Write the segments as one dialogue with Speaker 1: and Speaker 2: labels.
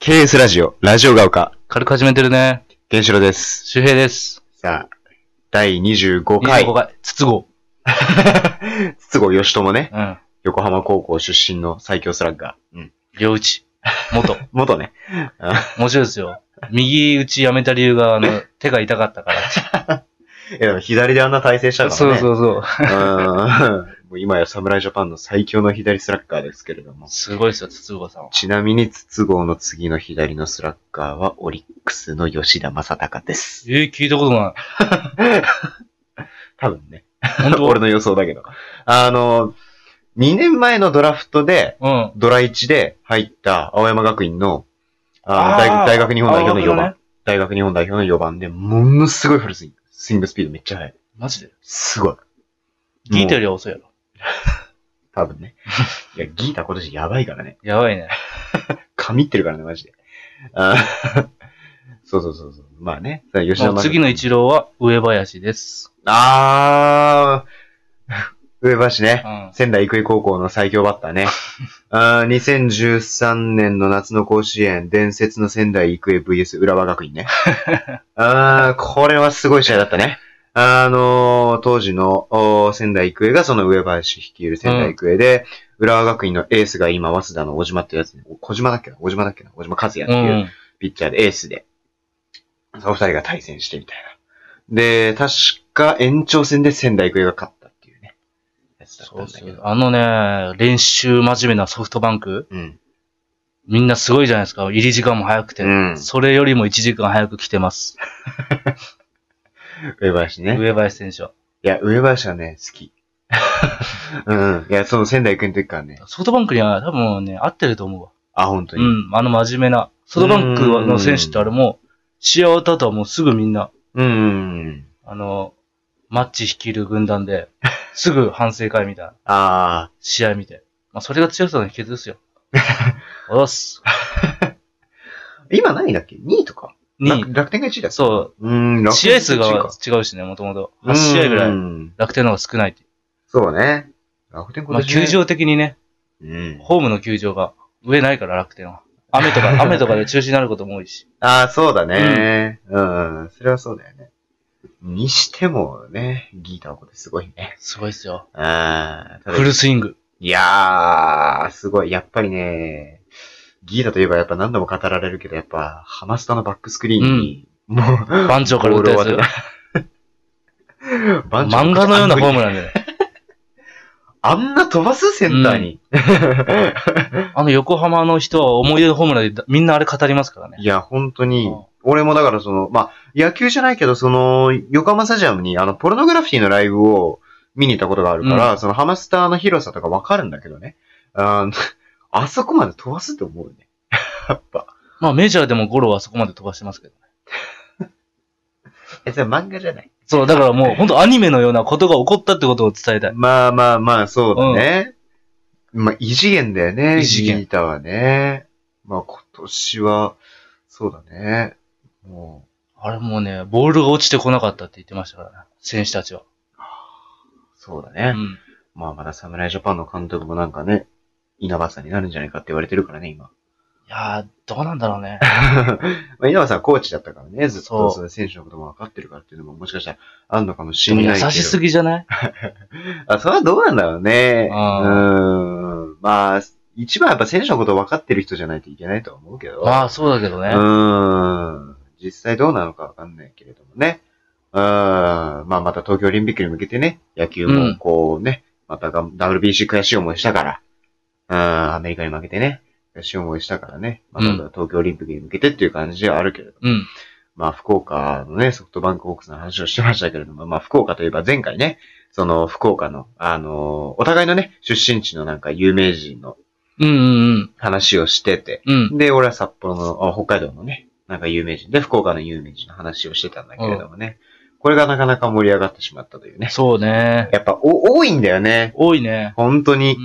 Speaker 1: KS ラジオ、ラジオが丘、
Speaker 2: 軽く始めてるね。
Speaker 1: ケンシロウです。
Speaker 2: 周平です。
Speaker 1: さあ、第25回、
Speaker 2: 25回。筒子。
Speaker 1: 筒子義友ね、
Speaker 2: うん。
Speaker 1: 横浜高校出身の最強スラッガー。うん。
Speaker 2: 両打ち。元。
Speaker 1: 元ね。
Speaker 2: 面白いですよ。右打ちやめた理由が、あの、手が痛かったから。
Speaker 1: え、でも左であんな体勢したからね。
Speaker 2: そうそうそう。
Speaker 1: うん。もう今や侍ジャパンの最強の左スラッガーですけれども。
Speaker 2: すごいですよ、筒子さんは。
Speaker 1: ちなみに、筒子の次の左のスラッガーは、オリックスの吉田正尚です。
Speaker 2: えー、聞いたことない。
Speaker 1: 多分ね。
Speaker 2: 本当
Speaker 1: 俺の予想だけど。あの、2年前のドラフトで、
Speaker 2: うん。
Speaker 1: ドラ1で入った青山学院の、あの
Speaker 2: あー
Speaker 1: 大学大学日本代表の4
Speaker 2: 青
Speaker 1: 番、
Speaker 2: 学ね
Speaker 1: 大学日本代表の4番で、ものすごいフルスイング。スイングスピードめっちゃ速い。
Speaker 2: マジで。
Speaker 1: すごい。
Speaker 2: ギータよりは遅いやろ。
Speaker 1: 多分 ね。いや、ギータ今年やばいからね。
Speaker 2: やばいね。
Speaker 1: 神ってるからね、マジで。あー そうそうそうそう。まあね。さあ吉田
Speaker 2: もう次の一郎は、上林です。
Speaker 1: あー、 上橋ね
Speaker 2: う。ん。
Speaker 1: 仙台育英高校の最強バッター ね。あー2013年の夏の甲子園、伝説の仙台育英 VS 浦和学院 ね。あーこれはすごい試合だったね。あのー当時のおー仙台育英がその上林率いる仙台育英で、浦和学院のエースが今、早稲田の小島ってやつね、お小島だっけな小島だっけな小島和也って
Speaker 2: う。
Speaker 1: いうんピッチャーで、エースで、その二人が対戦してみたいな。で、確か延長戦で仙台育英が勝ったっていうね、やつだった
Speaker 2: そ
Speaker 1: ん
Speaker 2: う
Speaker 1: だ
Speaker 2: そ
Speaker 1: け
Speaker 2: う
Speaker 1: ど。。
Speaker 2: あのね、練習真面目なソフトバンク、
Speaker 1: うん。
Speaker 2: みんなすごいじゃないですか。入り時間も早くて。
Speaker 1: うん
Speaker 2: それよりも1時間早く来てます。
Speaker 1: 上林ね。
Speaker 2: 上林選手は。
Speaker 1: いや、上林はね、好き。 うん。いや、その仙台育英の時からね。
Speaker 2: ソフトバンクには多分ね、合ってると思うわ。
Speaker 1: あ、本当
Speaker 2: う
Speaker 1: に。
Speaker 2: ん、あの真面目な。ソフトバンクの選手ってあれも、試合終わった後はもうすぐみんな、
Speaker 1: うん。うん、
Speaker 2: あの、マッチ率いる軍団 で、すぐ反省会みたいな、
Speaker 1: ああ、
Speaker 2: 試合見て。まあ、それが強さの秘訣 ですよ。おっす。
Speaker 1: 今何位だっけ ?2 位とか
Speaker 2: に
Speaker 1: 楽、楽天が1位だっけ。
Speaker 2: そう
Speaker 1: うん、
Speaker 2: う、
Speaker 1: 楽
Speaker 2: 試
Speaker 1: 天
Speaker 2: 合数
Speaker 1: 1位
Speaker 2: が
Speaker 1: か
Speaker 2: 違うしね、もともと。8試合ぐら
Speaker 1: う
Speaker 2: い、
Speaker 1: ん
Speaker 2: 楽天の方が少ないって。
Speaker 1: そうね。楽天今
Speaker 2: まあ、
Speaker 1: 年、ね。
Speaker 2: 球場的にね、
Speaker 1: うん。
Speaker 2: ホームの球場が上ないから楽天は。雨とか、雨とかで中止になることも多いし。
Speaker 1: ああ、そうだね、うん。それはそうだよね。にしてもね、ギータのことすごいね。
Speaker 2: すごいっすよ。
Speaker 1: ああ、ただ
Speaker 2: フルスイング。
Speaker 1: いやー、すごい。やっぱりね、ギータといえばやっぱ何度も語られるけど、やっぱ、ハマスタのバックスクリーンに、もう、
Speaker 2: 番長から打ったやつ
Speaker 1: ボールを渡す番長
Speaker 2: 漫画のようなフォーム
Speaker 1: あん
Speaker 2: なんだよね。
Speaker 1: あんな飛ばすセンターに。
Speaker 2: あの横浜の人は思い出のホームランでみんなあれ語りますからね。
Speaker 1: いや、本当に
Speaker 2: うん、
Speaker 1: 俺もだからその、まあ、野球じゃないけど、その、横浜スタジアムに、あの、ポルノグラフィティのライブを見に行ったことがあるから、そのハマスターの広さとかわかるんだけどね。あーあそこまで飛ばすって思うよね。やっぱ。
Speaker 2: まあメジャーでもゴロはそこまで飛ばしてますけどね。
Speaker 1: え、それ漫画じゃない
Speaker 2: そう、だからもう本当アニメのようなことが起こったってことを伝えたい。
Speaker 1: まあまあまあ、そうだね。まあ、異次元だよね。
Speaker 2: 異次元
Speaker 1: ギータはね。まあ、今年は、そうだね。も
Speaker 2: あれもうね、ボールが落ちてこなかったって言ってましたからね。選手たちは。
Speaker 1: う、そうだ
Speaker 2: う
Speaker 1: ね。
Speaker 2: ん。
Speaker 1: まあ、まだ侍ジャパンの監督もなんかね、稲葉さんになるんじゃないかって言われてるからね、今。
Speaker 2: いやー、どうなんだろうね。
Speaker 1: まあ、稲葉さんはコーチだったからね、ずっ
Speaker 2: そ
Speaker 1: と
Speaker 2: う
Speaker 1: その選手のことも分かってるからっていうのも、もしかしたらあんのかもし
Speaker 2: で
Speaker 1: れ
Speaker 2: も
Speaker 1: ない
Speaker 2: 優
Speaker 1: けど。
Speaker 2: しすぎじゃない
Speaker 1: あ、それはどうなんだろうね。う
Speaker 2: あ
Speaker 1: ーん。まあ、一番やっぱ選手のこと分かってる人じゃないといけないとは思うけど。
Speaker 2: まあそうだけど
Speaker 1: う
Speaker 2: ね。
Speaker 1: ーん。実際どうなのかわかんないけれどもね。うーん。まあまた東京オリンピックに向けてね、野球
Speaker 2: う
Speaker 1: も
Speaker 2: ん
Speaker 1: こうね、またが WBC 悔しい思いしたから、うーん、アメリカに負けてね、悔しい思いしたからね、また
Speaker 2: うん
Speaker 1: 東京オリンピックに向けてっていう感じではあるけれど、
Speaker 2: うん。
Speaker 1: まあ福岡のね、ソフトバンクホークスの話をしてましたけれども、まあ福岡といえば前回ね、その福岡の、あのーお互いのね、出身地のなんか有名人の
Speaker 2: うんうん
Speaker 1: 話をしてて、
Speaker 2: うん。うん。
Speaker 1: で、俺は札幌の、あ北海道のね、なんか有名人で、福岡の有名人の話をしてたんだけれどもね。これがなかなか盛り上がってしまったというね。
Speaker 2: そうね。
Speaker 1: やっぱお多いんだよね。
Speaker 2: 多いね。
Speaker 1: 本当
Speaker 2: う
Speaker 1: に。
Speaker 2: ん。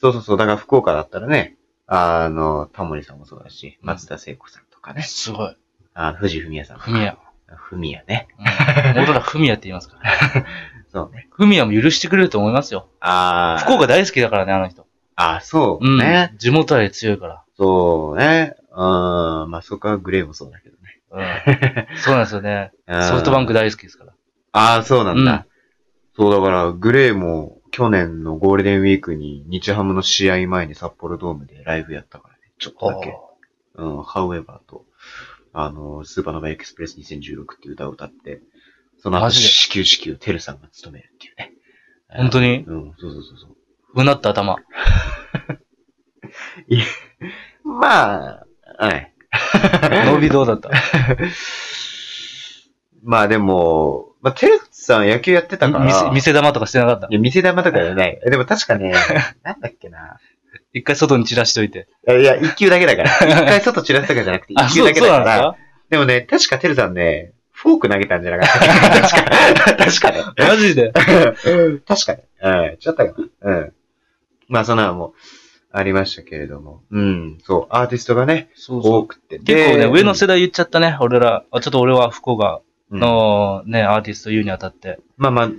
Speaker 1: そうそうそう。だから福岡だったらね、あの、タモリさんもそうだし、松田聖子さんとかね、
Speaker 2: すごい。
Speaker 1: あ藤文也さんとか。
Speaker 2: ふみや。
Speaker 1: 文也ね。
Speaker 2: うん俺らふみやって言いますから。
Speaker 1: そうね。
Speaker 2: ふみやも許してくれると思いますよ。
Speaker 1: あー
Speaker 2: 福岡大好きだからね、あの人。
Speaker 1: あ、そう
Speaker 2: うん。
Speaker 1: ね。
Speaker 2: 地元愛強いから。
Speaker 1: そうね。あー、まあそこはグレーもそうだけどね。
Speaker 2: うん。そうなんですよね。
Speaker 1: あー
Speaker 2: ソフトバンク大好きですから。
Speaker 1: ああ、そうなん
Speaker 2: うん
Speaker 1: だ。そうだから、グレーも去年のゴールデンウィークに日ハムの試合前に札幌ドームでライブやったからね。ちょっとだけ。うん、However と、あの、スーパーノバエクスプレス2016っていう歌を歌って、その後、
Speaker 2: マジで
Speaker 1: 至急至急テルさんが務めるっていうね。
Speaker 2: 本当に
Speaker 1: うん、そうそうそうそう
Speaker 2: なっ た頭。
Speaker 1: う。まあ、 はい。
Speaker 2: 伸びどうだった。
Speaker 1: まあでも、まあ、テルさん野球やってたから、
Speaker 2: 見せ見せ玉とかしてなかった
Speaker 1: い。や、見せ玉とかじゃない。でも確か ね、なんだっけな。
Speaker 2: 一回外に散らしといて。
Speaker 1: いやいや、一球だけだから。 一回外散らすとかじゃなくて、
Speaker 2: あ、
Speaker 1: 一球
Speaker 2: そ
Speaker 1: だ
Speaker 2: う、
Speaker 1: け
Speaker 2: そ
Speaker 1: だか
Speaker 2: うなんです
Speaker 1: ら。
Speaker 2: か
Speaker 1: でもね、確かテルさんね、フォーク投げたんじゃなかっ たっけ確か。確かね。
Speaker 2: マ ジで。
Speaker 1: 確かに。うん。ちょっとかな。うん。まあ、そんなのも、ありましたけれども。うん。そう。アーティストがね、
Speaker 2: そうそう
Speaker 1: 多くて。
Speaker 2: 結構ね、
Speaker 1: で
Speaker 2: 上の世代言っちゃったね、俺ら。あちょっと俺は福岡
Speaker 1: うんうん
Speaker 2: のね、アーティスト言うにあたって。
Speaker 1: まあまあ、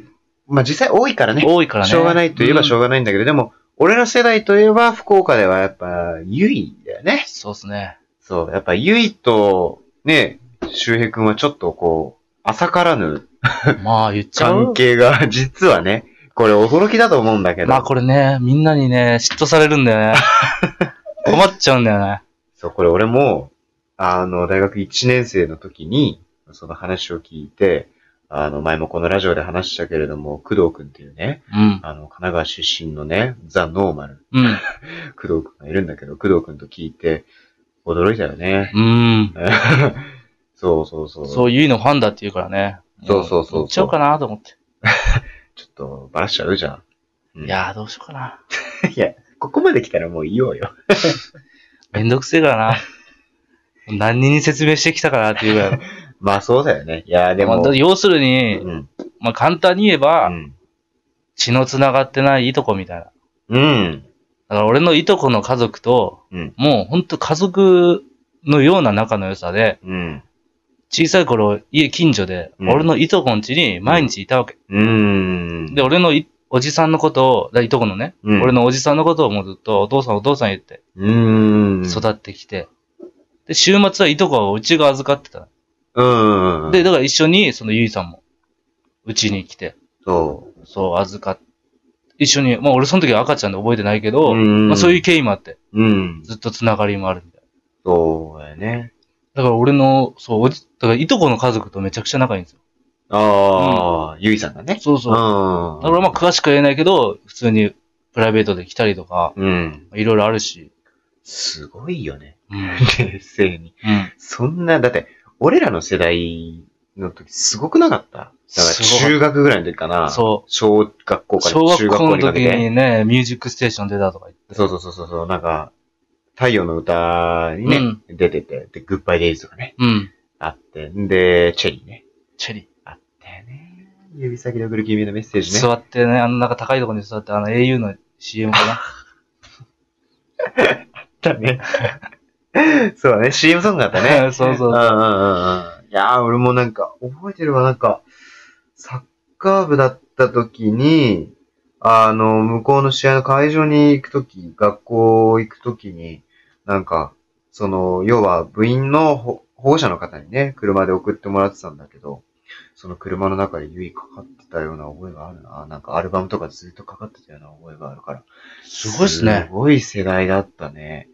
Speaker 1: まあ実際多いからね。
Speaker 2: 多いからね。
Speaker 1: しょうがないといえばしょ
Speaker 2: うが
Speaker 1: うがないんだけど、でも、俺の世代といえば、福岡ではやっぱ、ゆいだよね。
Speaker 2: そうっすね。
Speaker 1: そう。やっぱ、ゆいと、ね、周平くんはちょっとこう、浅からぬ
Speaker 2: まあ言っちゃ
Speaker 1: 関
Speaker 2: う。
Speaker 1: 係が、実はね、これ驚きだと思うんだけど。
Speaker 2: まあこれね、みんなにね、嫉妬されるん だよね。困っちゃうんだよね。
Speaker 1: そう、これ俺も、あの、大学1年生の時に、その話を聞いて、あの、前もこのラジオで話したけれども、工藤くんっていうね、
Speaker 2: うん。
Speaker 1: あの、神奈川出身のね、ザ・ノーマル、
Speaker 2: うん。
Speaker 1: 工藤くんがいるんだけど、工藤くんと聞いて、驚いたよね。
Speaker 2: うん。
Speaker 1: そうそうそう。
Speaker 2: そう、ゆいのファンだって言うからね。
Speaker 1: そうそうそうそう
Speaker 2: 言っちゃおうかなと思って。
Speaker 1: ちょっと、ばらしちゃうじゃん。うん
Speaker 2: いやー、どうしようかな。
Speaker 1: いや、ここまで来たらもう言おうよ。
Speaker 2: めんどくせえからな。何人に説明してきたからっていうぐらい。
Speaker 1: まあそうだよね。いや、で
Speaker 2: ま
Speaker 1: も、
Speaker 2: あ要する
Speaker 1: う
Speaker 2: に、
Speaker 1: ん。
Speaker 2: まあ簡単に言えば、
Speaker 1: うん。
Speaker 2: 血の繋がってないいとこみたいな。だ
Speaker 1: うん。
Speaker 2: から俺のいとこの家族と、
Speaker 1: うん
Speaker 2: もうほんと家族のような仲の良さで、
Speaker 1: うん。
Speaker 2: 小さい頃家近所で、
Speaker 1: うん
Speaker 2: 俺のいとこん家に毎日いたわけ。
Speaker 1: うん。
Speaker 2: で、俺のいおじさんのことを、だからいとこのね、
Speaker 1: うん
Speaker 2: 俺のおじさんのことをもうずっとお父さんお父さん言って
Speaker 1: うん。
Speaker 2: 育ってきて、で、週末はいとこはうちが預かってた。
Speaker 1: うん。
Speaker 2: で、だから一緒にそのゆいさんも、うちに来て、
Speaker 1: そ
Speaker 2: そう預かっ一緒に、まあ俺その時は赤ちゃんで覚えてないけ
Speaker 1: う。
Speaker 2: ど、
Speaker 1: ん
Speaker 2: まあそういう。経緯もあって、
Speaker 1: うん。
Speaker 2: ずっとつながりもあるみたいな。
Speaker 1: そうやね。
Speaker 2: だから俺の、そう、おじ、だからいとこの家族とめちゃくちゃ仲いいんですよ。
Speaker 1: ああ、ゆいさんがね。
Speaker 2: そう
Speaker 1: う
Speaker 2: そ
Speaker 1: ん。だ
Speaker 2: う。だ
Speaker 1: か
Speaker 2: からまあ詳しくは言えないけど、普通にプライベートで来たりとか、
Speaker 1: うん。
Speaker 2: いろいろあるし。
Speaker 1: すごいよね。
Speaker 2: うん。うん。
Speaker 1: 冷静に。そんな、だって、俺らの世代の時すごくなかった。だから
Speaker 2: すごかった
Speaker 1: 中学ぐらいの時かな。う。
Speaker 2: そ
Speaker 1: 小学校
Speaker 2: う。
Speaker 1: から
Speaker 2: 小
Speaker 1: 中学
Speaker 2: 学校
Speaker 1: 校
Speaker 2: の
Speaker 1: にか
Speaker 2: 時
Speaker 1: けて。
Speaker 2: にね、ミュージックステーション出たとか言って。
Speaker 1: そうそうそうそう。なんか、太陽の歌にね、出てて、で、グッバイデイズとかね、
Speaker 2: うん。
Speaker 1: あって、んで、チェリーね。
Speaker 2: チェリー。
Speaker 1: あったよね。指先で送る君へのメッセージね。
Speaker 2: 座ってね、あの中高いところに座って、あの au の CM かな。
Speaker 1: だね。 そうだね、CM ソングだったね。
Speaker 2: そうそううん
Speaker 1: うんうんうん。いやー、俺もなんか、覚えてるわ、なんか、サッカー部だった時に、あの、向こうの試合の会場に行く時、学校行く時に、なんか、その、要は部員のほ保護者の方にね、車で送ってもらってたんだけど、その車の中でゆいかかってたような覚えがあるな。なんかアルバムとかずっとかかってたような覚えがあるから。
Speaker 2: すごいっすね
Speaker 1: す。ごい世代だったね。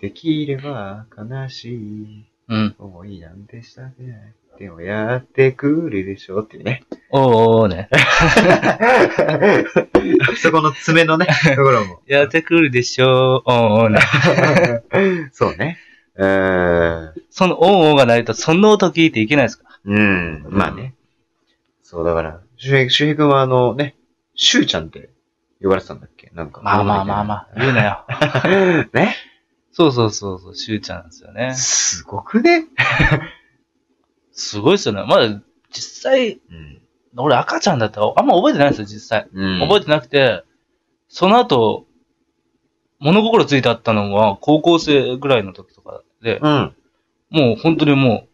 Speaker 1: できれば悲しい
Speaker 2: うん。
Speaker 1: 思いなんてしたくない。でもやってくるでしょうっていう ね。
Speaker 2: おーおーね。
Speaker 1: そこの爪の ね、ところも。
Speaker 2: やってくるでしょう。おー おーね。
Speaker 1: そうね。うーん。
Speaker 2: そのおーおーがないと、その音聞いていけないですか
Speaker 1: うん。まあね。そう、だから、周平、周平君はあのね、シューちゃんって呼ばれてたんだっけなんか。
Speaker 2: まあまあまあまあ、言うなよ。
Speaker 1: あ。ね。
Speaker 2: そうそうそうそう、しゅうちゃんなんですよね。
Speaker 1: すごくね。
Speaker 2: すごいですよね。まだ、実際、俺赤ちゃんだったら、あんま覚えてないんですよ、実際。
Speaker 1: うん
Speaker 2: 覚えてなくて、その後、物心ついてあったのは、高校生ぐらいの時とかで、
Speaker 1: うん。
Speaker 2: もう本当にもう、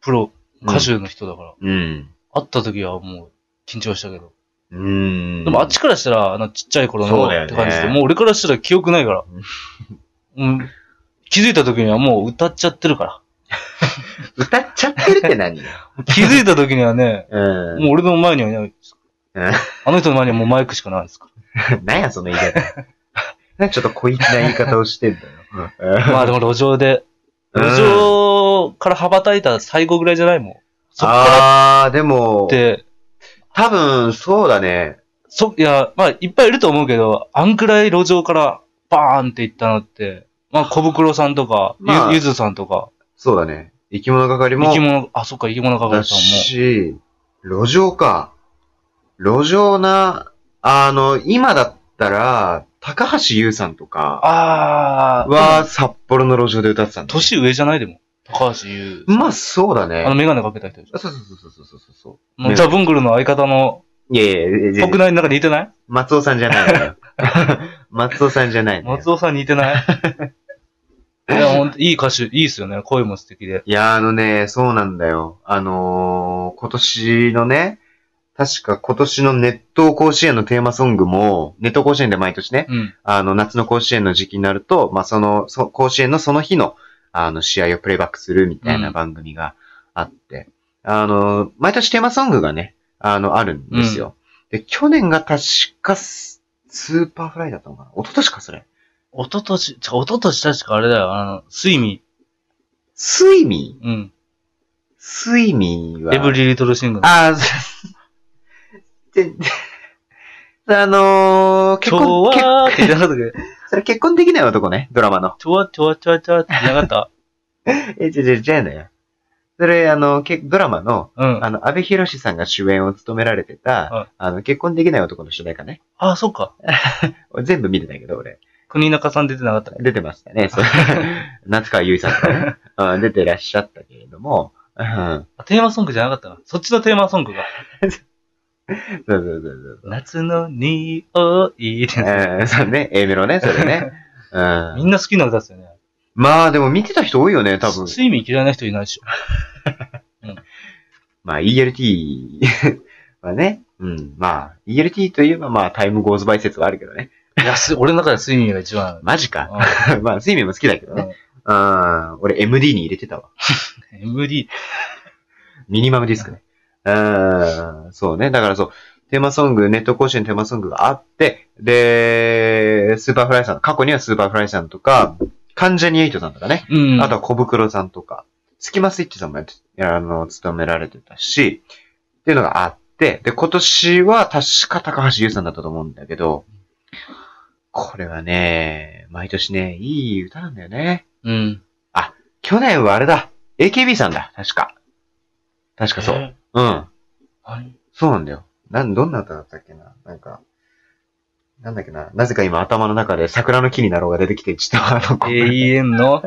Speaker 2: プロ、歌手の人だから、
Speaker 1: うん。
Speaker 2: 会った時はもう、緊張したけど。
Speaker 1: うーん。
Speaker 2: でもあっちからしたら、あの、ちっちゃい頃
Speaker 1: そう
Speaker 2: の、
Speaker 1: だよ
Speaker 2: っ
Speaker 1: ね
Speaker 2: て感じで、もう俺からしたら記憶ないから。うん。気づいた時にはもう歌っちゃってるか
Speaker 1: 歌っちゃってるって何よ。
Speaker 2: ら。気づいた時にはね、
Speaker 1: うん。
Speaker 2: もう俺の前にはいないです。
Speaker 1: うん
Speaker 2: あの人の前にはもうマイクしかないですか
Speaker 1: 何や、その言い方。なんかちょっと小粋な言い方をしてんだよ。
Speaker 2: ら。まあでも路上で、
Speaker 1: うん
Speaker 2: 路上から羽ばたいた最後ぐらいじゃないもん。そっから
Speaker 1: あー、でも
Speaker 2: っ、て、
Speaker 1: 多分、そうだね。
Speaker 2: そ、いや、まあいっぱいいると思うけど、あんくらい路上からバーンって行ったのって、まあ小袋さんとか、ゆ
Speaker 1: まあ
Speaker 2: ゆずさんとか、
Speaker 1: そうだね。生き物係も
Speaker 2: 生き物、あ、そっか、生き物係
Speaker 1: だ
Speaker 2: さんも。
Speaker 1: し、路上か。路上な、あの、今だったら、高橋優さんとか
Speaker 2: あー、
Speaker 1: は札幌の路上で歌ってたんだ。
Speaker 2: 年上じゃないでも。高橋優。
Speaker 1: まあ、そうだ
Speaker 2: あの、
Speaker 1: ね。
Speaker 2: メガネかけた人でしょ
Speaker 1: そうそうそうそうそうそうそ
Speaker 2: もうザ・ブングルの相方の、
Speaker 1: う。いやいやいやいや
Speaker 2: 僕内の中に似てない
Speaker 1: 松尾さんじゃないの よ。松尾さんじゃないのよ。
Speaker 2: 松尾さん似てない いや、ほんといい歌手、いいっすよね。声も素敵で。
Speaker 1: いや、あのね、そうなんだよ。あのー今年のね、確か今年の熱湯甲子園のテーマソングも、熱湯甲子園で毎年ね、
Speaker 2: うん。
Speaker 1: あの、夏の甲子園の時期になると、まあ、その、そ甲子園のその日の、あの、試合をプレイバックするみたいな
Speaker 2: うん
Speaker 1: 番組があって、あの、毎年テーマソングがね、あの、あるんですよ。で、去年が確かス、スーパーフライだったのかな一昨年か、それ。
Speaker 2: 一昨年、違う、一昨年確かあれだよ。あの、スイミ
Speaker 1: スイミー
Speaker 2: ー。うん。
Speaker 1: スイミーは。
Speaker 2: エブリリトルシングル。
Speaker 1: ああ、そうで、であのー、結
Speaker 2: 今日
Speaker 1: 婚、結
Speaker 2: はーって言ってなかったっけ
Speaker 1: それ結婚できない男ね、ドラマの。
Speaker 2: ちょわちょわちょわちょわって言ってな かっ
Speaker 1: え、じゃ、じゃ、じゃあね。それ、あの、けドラマの、
Speaker 2: た。うん。
Speaker 1: あの、安部寛さんが主演を務められてた、あの、結婚できない男の主題歌ね。
Speaker 2: あ、そっか。
Speaker 1: 俺全部見てないけど、俺。
Speaker 2: 国中さん出てなかったっけ
Speaker 1: 出てましたね。 そう夏川優衣さんとかね、うん出てらっしゃったけれども、うん。
Speaker 2: あテーマソングじゃなかったな。そっちのテーマソングが。
Speaker 1: そうそうそうそうそう。
Speaker 2: 夏の匂いってや
Speaker 1: えー、そうね、A メロね、それね。う
Speaker 2: つ。み
Speaker 1: ん。
Speaker 2: んな好きな歌ですよね。
Speaker 1: まあ、でも見てた人多いよね、多分。
Speaker 2: スイミー嫌いな人いないで しょ。
Speaker 1: まあ ELT はね、うん、まあ ELT といえばまあタイムゴーズバイ説はあるけどね。
Speaker 2: いや、す俺の中でスイミーが一番。
Speaker 1: マジか。 まあ睡眠も好きだけど
Speaker 2: うん
Speaker 1: ね。うん、俺 MD に入れてたわ。
Speaker 2: MD。
Speaker 1: ミニマムディスクね。うん、そうね。だからそう、テーマソング、ネット甲子園テーマソングがあって、で、スーパーフライさん、過去にはスーパーフライさんとか、関ジャニエイトさんとかね。
Speaker 2: うん。
Speaker 1: あとは小袋さんとか、スキマスイッチさんもやって、あの、務められてたし、っていうのがあって、で、今年は確か高橋優さんだったと思うんだけど、これはね、毎年ね、いい歌なんだよね。
Speaker 2: うん。
Speaker 1: 去年はあれだ、AKB さんだ、確か。確かそう。
Speaker 2: え
Speaker 1: うん。
Speaker 2: ー。はい
Speaker 1: そうなんだよ。なん、どんな歌だったっけななんか、なんだっけななぜか今頭の中で桜の木になろうが出てきて、ちょっとあの、こう
Speaker 2: 永遠の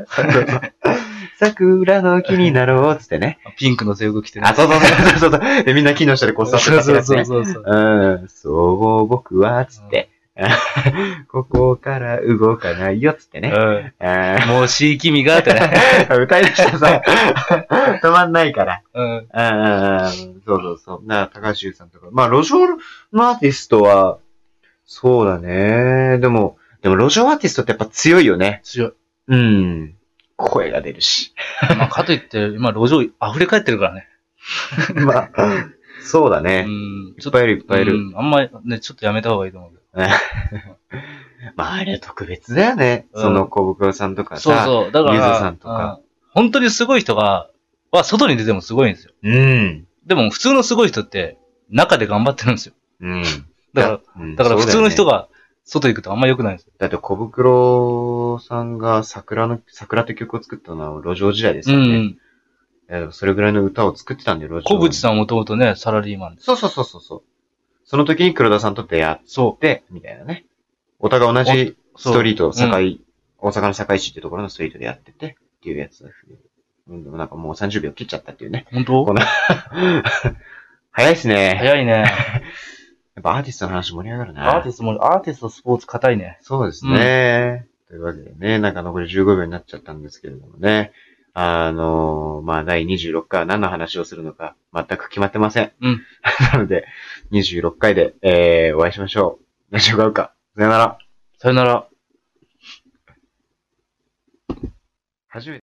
Speaker 1: 桜の木になろうっつってね。
Speaker 2: ピンクの制服着てね
Speaker 1: あ、そうそうそうそうそうそう。で、みんな木の下でこう座って
Speaker 2: そう
Speaker 1: た
Speaker 2: そう
Speaker 1: やつ
Speaker 2: そう
Speaker 1: ね。
Speaker 2: そうそう。
Speaker 1: うん、そう、僕は、つって。 ここから動かないよ、つってね。
Speaker 2: う
Speaker 1: あ
Speaker 2: ん。もうしい君がっ てね。
Speaker 1: ー歌い出したらさ、 止まんないから。
Speaker 2: うん。
Speaker 1: うん、そうそうそう。な、高橋優さんとか。まあ、路上のアーティストは、そうだね。でも、でも路上アーティストってやっぱ強いよね。
Speaker 2: 強い。
Speaker 1: うん。声が出るし。
Speaker 2: まあ、かといって、今、路上溢れ返ってるからね。
Speaker 1: まあ、そうだ
Speaker 2: う
Speaker 1: ね。
Speaker 2: ん。
Speaker 1: いっぱいいる、いっぱいいる。
Speaker 2: うんあんまり、ね、ちょっとやめた方がいいと思うけど。
Speaker 1: まあ、あれは特別だよね。
Speaker 2: うん
Speaker 1: その小袋さんとか
Speaker 2: そう
Speaker 1: さ。う
Speaker 2: そう。だから、
Speaker 1: ゆずさんとか
Speaker 2: うん本当にすごい人が、は、外に出てもすごいんですよ。
Speaker 1: ん。
Speaker 2: でも、普通のすごい人って、中で頑張ってるんですよ。
Speaker 1: うん。
Speaker 2: だから、
Speaker 1: うん、
Speaker 2: だから普通の人
Speaker 1: そうだよね。
Speaker 2: が、外行くとあんま良くないんですよ。
Speaker 1: だって小袋さんが桜の、桜って曲を作ったのは路上時代です
Speaker 2: う
Speaker 1: よね。
Speaker 2: ん。
Speaker 1: いやでもそれぐらいの歌を作ってたんで、路上。
Speaker 2: 小渕さんはもともとね、サラリーマンで。
Speaker 1: そうそうそうそうそう。その時に黒田さんと出会っ
Speaker 2: そ
Speaker 1: て、みたいなね。お互い同じ
Speaker 2: う。
Speaker 1: ストリート、
Speaker 2: そううん
Speaker 1: 堺、大阪の堺市ってところのストリートでやってて、っていうやつ。うん、でもなんかもう30秒切っちゃったっていうね。
Speaker 2: 本当
Speaker 1: この早いっすね。
Speaker 2: 早いね。
Speaker 1: やっぱアーティストの話盛り上がるな。
Speaker 2: アーティストも、アーティストスポーツ硬いね。
Speaker 1: そうですね。というわけでね、なんか残り15秒になっちゃったんですけれどもね。あのーまあ、第26回は何の話をするのか全く決まってません。
Speaker 2: うん。
Speaker 1: なので、26回で、えー、お会いしましょう。ラジオがうか。さよなら。
Speaker 2: さよなら。
Speaker 1: 初めて